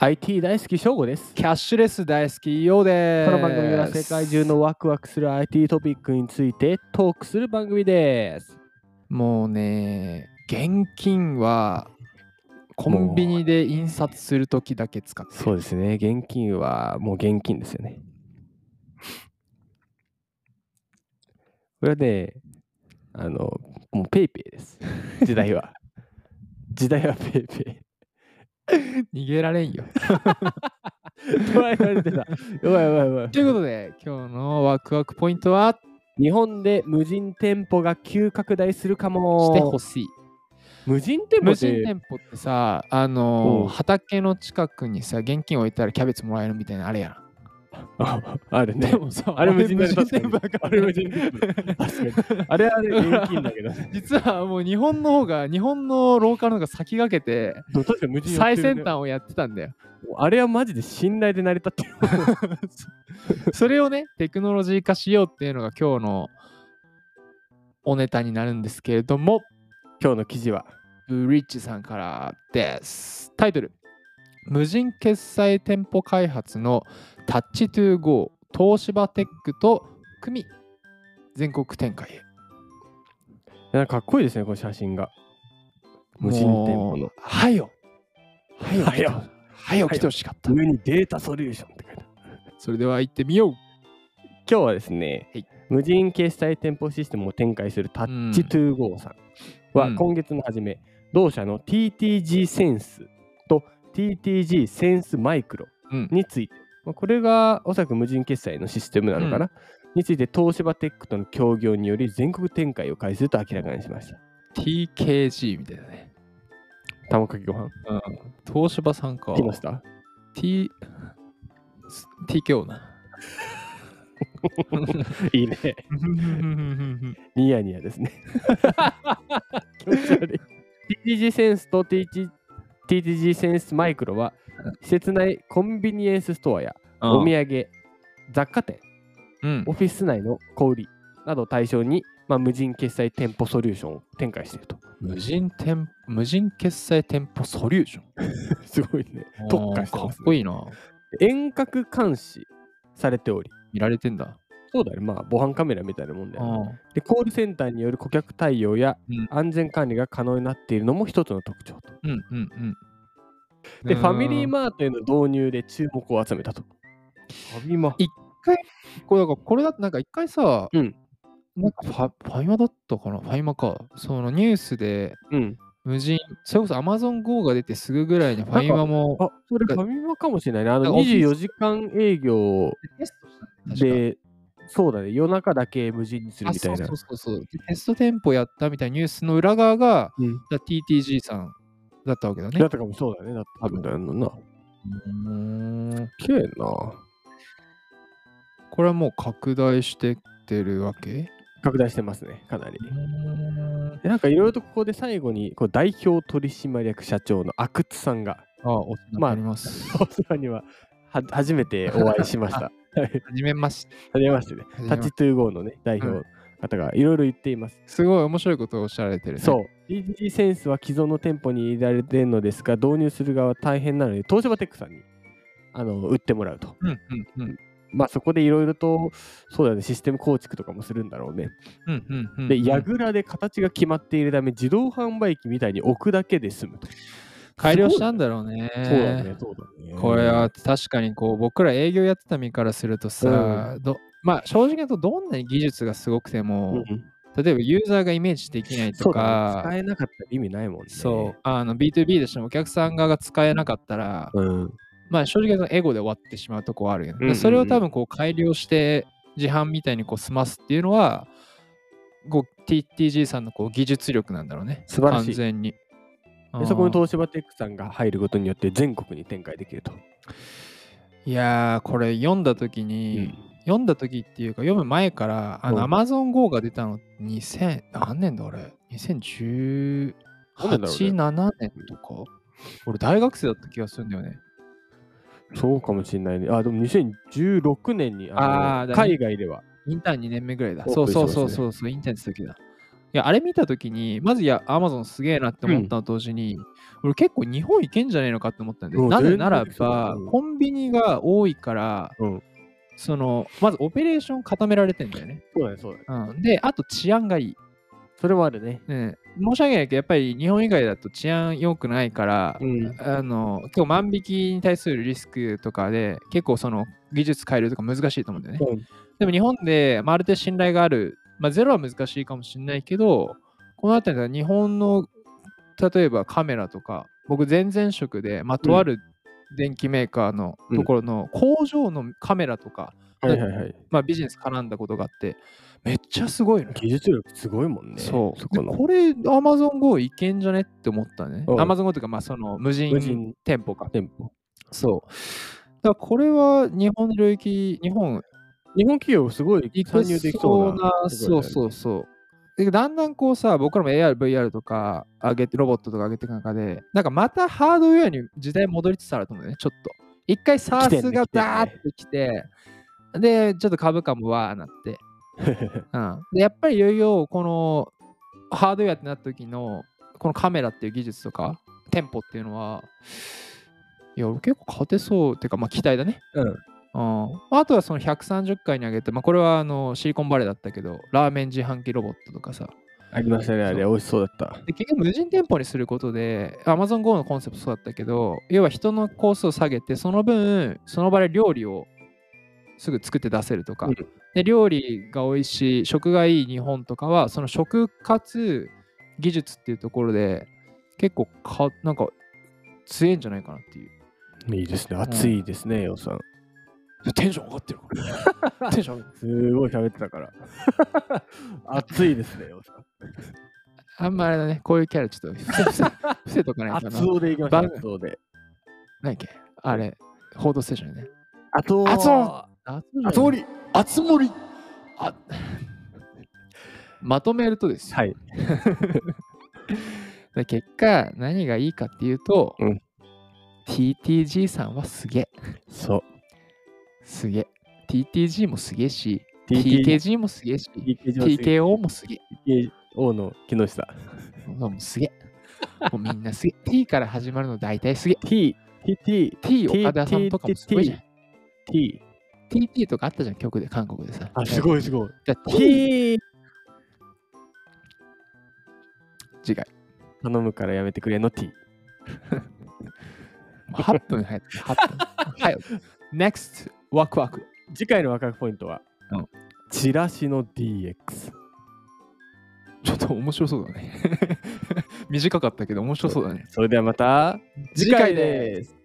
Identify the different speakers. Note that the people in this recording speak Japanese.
Speaker 1: IT 大好き翔吾です。
Speaker 2: キャッシュレス大好きようで
Speaker 1: こ
Speaker 2: す。
Speaker 1: の番組は世界中のワクワクする IT トピックについてトークする番組です。
Speaker 2: もうね、現金はコンビニで印刷するときだけ使ってる
Speaker 1: そうですね。現金はもう現金ですよね。 これはね、あの、もうペイペイです。 時代は。時代はペイペ
Speaker 2: 逃げられんよ。
Speaker 1: イ。 とらえられてた。やばいやばいやばい。
Speaker 2: ということで、今日のワクワクポイントは
Speaker 1: 日本で無人店舗が急拡大するか
Speaker 2: してほ
Speaker 1: も。
Speaker 2: しい。
Speaker 1: 無人店舗
Speaker 2: 無
Speaker 1: っ
Speaker 2: 人
Speaker 1: て
Speaker 2: 店舗ってさ、あ
Speaker 1: うん
Speaker 2: の畑の近くにさ、現金置いたらキャベツもらえるみたいなあれや
Speaker 1: あ ある
Speaker 2: ん。
Speaker 1: ね
Speaker 2: で。もさ、
Speaker 1: あれ無人
Speaker 2: 無
Speaker 1: 店
Speaker 2: 人
Speaker 1: 舗
Speaker 2: 店舗だから
Speaker 1: あれ無人店舗。確かに。あれはね、現金だけ ど。
Speaker 2: 実はもう日本の方が、日本のローカルの方が先駆けて、
Speaker 1: 確かに無人やっ
Speaker 2: 最
Speaker 1: てる
Speaker 2: 先
Speaker 1: ね
Speaker 2: 端をやってたんだよ。
Speaker 1: あれはマジで信頼で成り立ってる。
Speaker 2: それをね、テクノロジー化しようっていうのが今日のおネタになるんですけれども、
Speaker 1: 今日の記事は。
Speaker 2: ブリッジさんからです。タイトル、無人決済店舗開発のタッチトゥーゴー東芝テックと組全国展開へ。
Speaker 1: なんかかっこいいですね、この写真が。無人店舗
Speaker 2: も
Speaker 1: の
Speaker 2: う。はよ。はよ。
Speaker 1: はよ
Speaker 2: はよ来てほしかった。
Speaker 1: 上にデータソリューションって書いてある。
Speaker 2: それでは行ってみよう。
Speaker 1: 今日はですね、
Speaker 2: はい
Speaker 1: 無人決済店舗システムを展開するタッチトゥーゴーさん
Speaker 2: う
Speaker 1: は
Speaker 2: ん
Speaker 1: 今月の初め、同社の TTG センスと TTG センスマイクロ
Speaker 2: うん
Speaker 1: について、まあこれがおそらく無人決済のシステムなのかな、について東芝テックとの協業により全国展開を開始すると明らかにしました
Speaker 2: TKG みたいだね。
Speaker 1: 玉かけご飯
Speaker 2: 東芝さんか。
Speaker 1: 来ました
Speaker 2: T、す TKO な。
Speaker 1: いいねニヤニヤ ですね気持ち悪い TTG センスと TT TTG センスマイクロは施設内コンビニエンスストアやお土産、雑貨店、
Speaker 2: うん
Speaker 1: オフィス内の小売りなどを対象に、まあ、無人決済店舗ソリューションを展開していると。
Speaker 2: 無人店無人決済店舗ソリューション。
Speaker 1: すごいね。特化して
Speaker 2: あー
Speaker 1: ま
Speaker 2: かっ
Speaker 1: すね
Speaker 2: こいいな。
Speaker 1: 遠隔監視されており、
Speaker 2: 見られてんだ。
Speaker 1: そうだね、まあ、防犯カメラみたいなもんだよね、
Speaker 2: あ
Speaker 1: で、コールセンターによる顧客対応や
Speaker 2: うん
Speaker 1: 安全管理が可能になっているのも一つの特徴と。
Speaker 2: ーうんうんうん。
Speaker 1: で、
Speaker 2: うーん
Speaker 1: ファミリーマートへの導入で注目を集めたと。ファミマ。
Speaker 2: これだからこれだってなんか一回さ、
Speaker 1: うん
Speaker 2: なんかファファイマだったかなファイマか。そのニュースで
Speaker 1: うん。
Speaker 2: 無人、それこそ AmazonGo が出てすぐぐらいにファイマも
Speaker 1: あ、それファミマかもしれないね。あ
Speaker 2: なん
Speaker 1: の
Speaker 2: かオフィス
Speaker 1: 24時間営業
Speaker 2: テストしたんだよ確
Speaker 1: で、
Speaker 2: か
Speaker 1: そうだね、夜中だけ無人にする
Speaker 2: あ
Speaker 1: みたいな
Speaker 2: そう。そうそうそう。テスト店舗やったみたいなニュースの裏側が、
Speaker 1: うん
Speaker 2: だ TTG さんだったわけだね
Speaker 1: だっ。たかもそうだね。だったみたいなな。
Speaker 2: うーん
Speaker 1: 綺麗な。
Speaker 2: これはもう拡大してってるわけ
Speaker 1: 拡大してますね、かなり。でなんかいろいろとここで最後にこう代表取締役社長の阿久津さんが、
Speaker 2: ああ、お世話に
Speaker 1: まあ
Speaker 2: なります。
Speaker 1: お世話にはは初めてお会いしま した。はい
Speaker 2: はじめまして。
Speaker 1: 初めましてね。
Speaker 2: はじめ
Speaker 1: タ
Speaker 2: ま
Speaker 1: ッ
Speaker 2: し
Speaker 1: チトゥーゴーのね、代
Speaker 2: う
Speaker 1: 表方がいろいろ言っています。
Speaker 2: すごい面白いことをおっしゃられてるね。
Speaker 1: そう。DG センスは既存の店舗に入れられているのですが、導入する側は大変なので、東芝テックさんにあの売ってもらうと。
Speaker 2: うんうんうん。
Speaker 1: まあそこでいろいろと、そうだよね、システム構築とかもするんだろうね。
Speaker 2: うんうんうんうん。
Speaker 1: で、ヤグラで形が決まっているため、自動販売機みたいに置くだけで済むと。
Speaker 2: 改良したんだろうね。
Speaker 1: そうだね、そうだね。
Speaker 2: これは、確かにこう僕ら営業やってた身からするとさ、どまあ正直言うとどんなに技術がすごくて
Speaker 1: う
Speaker 2: も
Speaker 1: ん、、
Speaker 2: 例えばユーザーがイメージできない
Speaker 1: そ
Speaker 2: と
Speaker 1: うだね
Speaker 2: か、
Speaker 1: 使えなかったら意味ないもんね。
Speaker 2: そう、あの B2B でしてもお客さん側が使えなかったら、
Speaker 1: う。うん。
Speaker 2: まあ正直言うとエゴで終わってしまうとこはあるよね。
Speaker 1: うんうんうん
Speaker 2: それを多分こう改良して自販みたいにこう済ますっていうのは、こう TTG さんのこう技術力なんだろうね。
Speaker 1: 素晴らしい
Speaker 2: 完全に。
Speaker 1: でそこに
Speaker 2: うん
Speaker 1: 東芝テックさんが入ることによって全国に展開できると。
Speaker 2: いやー、これ読んだ時に、読んだ時っていうか読む前から、あの
Speaker 1: うん
Speaker 2: AmazonGo が出たの2000、何年だあれ ?2018、
Speaker 1: 何年だろうね
Speaker 2: 7年とか。俺大学生だった気がするんだよね。
Speaker 1: そうかもしれないね。あ、でも2016年にあの
Speaker 2: あーだね
Speaker 1: 海外では
Speaker 2: インターン2年目ぐらいだ。
Speaker 1: オー
Speaker 2: そ
Speaker 1: プ
Speaker 2: う
Speaker 1: ンしま
Speaker 2: そ
Speaker 1: した
Speaker 2: う
Speaker 1: ね
Speaker 2: そうそうそう、インターンの時だ。や、あれ見たときに、まずいや、アマゾンすげえなって思ったのと同時に、俺結構日本行けんじゃねえのかって思ったんで、
Speaker 1: うん
Speaker 2: なぜ
Speaker 1: 全然
Speaker 2: なら
Speaker 1: そうだ
Speaker 2: ば
Speaker 1: うん、
Speaker 2: コンビニが多いから、
Speaker 1: うん
Speaker 2: その、まずオペレーション固められてんだよね。
Speaker 1: そうだね、そうだね。
Speaker 2: うん、で、あと治安がいい。
Speaker 1: それもあるね。
Speaker 2: ね、申し訳ないけど、やっぱり日本以外だと治安良くないから、
Speaker 1: うん。
Speaker 2: あの結構万引きに対するリスクとかで結構その技術変えるとか難しいと思うんだよね。でも日本で、まあ、ある程度信頼がある、まあ、ゼロは難しいかもしれないけど、この辺りでは日本の例えばカメラとか、僕前々職で、まあ、とある電機メーカーのところの工場のカメラとか、
Speaker 1: はいはいはい。
Speaker 2: まあ、ビジネス絡んだことがあって、めっちゃすごいのよ。
Speaker 1: 技術力すごいもんね。
Speaker 2: そう。
Speaker 1: そこの
Speaker 2: で。これ、Amazon Go いけんじゃねって思ったね。
Speaker 1: うん
Speaker 2: Amazon Go というか、まあ、その無
Speaker 1: 無
Speaker 2: 人
Speaker 1: 人
Speaker 2: 店舗か。
Speaker 1: 店舗。
Speaker 2: そう。だからこれは日本の領域、日本
Speaker 1: 日本企業すごい
Speaker 2: 行
Speaker 1: 参
Speaker 2: く
Speaker 1: 入でき
Speaker 2: そ
Speaker 1: そうう
Speaker 2: な
Speaker 1: な。、
Speaker 2: そうそうそう。でだんだんこうさ、僕らも AR、VR とか上げて、ロボットとか上げていく中で、なんかまたハードウェアに時代戻りつつあると思うね、ちょっと。一回 s a
Speaker 1: 来て
Speaker 2: r
Speaker 1: んね
Speaker 2: s が
Speaker 1: 来てんね
Speaker 2: ダーってきて、で、ちょっと株価もわーなって、うん、でやっぱりいよいよこのハードウェアってなった時のこのカメラっていう技術とかテンポっていうのはいや俺結構勝てそうっていうかまあ期待だね、
Speaker 1: うん
Speaker 2: うんあとはその130回に上げて、まあ、これはあのシリコンバレーだったけどラーメン自販機ロボットとかさ
Speaker 1: ありましたね、あれ。
Speaker 2: そ
Speaker 1: 美味しそうだった。
Speaker 2: で結局無人店舗にすることで AmazonGo のコンセプトそうだったけど要は人のコースを下げてその分その場で料理をすぐ作って出せるとか、
Speaker 1: うん
Speaker 2: で料理が美味しい食がいい日本とかはその食かつ技術っていうところで結構かなんか強いんじゃないかなっていう
Speaker 1: いいですね。熱いですね、よさん。
Speaker 2: テンション上がってるからテンション上がってる
Speaker 1: すごい喋ってたから。 熱いですね、よさん。
Speaker 2: あんまあれだねこういうキャラちょっと伏せ伏せ伏せとかないとな
Speaker 1: 熱男でいきましょう。
Speaker 2: バグ
Speaker 1: 熱男で。
Speaker 2: 何やっけあれ報道ステーションね
Speaker 1: 熱男
Speaker 2: 熱男あ
Speaker 1: 熱盛
Speaker 2: あつ森あまとめるとですよ、
Speaker 1: はい。
Speaker 2: で結果何がいいかっていうと、
Speaker 1: うん
Speaker 2: TTG さんはすげえ
Speaker 1: そう。
Speaker 2: すげえ TTG もすげえし
Speaker 1: TK
Speaker 2: TKG もすげえし
Speaker 1: TK
Speaker 2: TKO もすげえ
Speaker 1: TKO の木下。
Speaker 2: もうすげえもうみんなすげえ T から始まるの大体すげ
Speaker 1: T、TT、
Speaker 2: え T
Speaker 1: T
Speaker 2: 岡田さんとかもすごいじゃん
Speaker 1: T。
Speaker 2: TT とかあったじゃん曲で韓国でさ
Speaker 1: あ、すごいすごい。
Speaker 2: じゃあ T
Speaker 1: T!
Speaker 2: 次回
Speaker 1: 頼むからやめてくれの T。
Speaker 2: もう8分早く8分はい NEXT ワクワク
Speaker 1: 次回のワクワクポイントは
Speaker 2: うん、
Speaker 1: チラシの DX。
Speaker 2: ちょっと面白 そうだね。短かったけど面白そうだね。
Speaker 1: それではまた
Speaker 2: 次回です。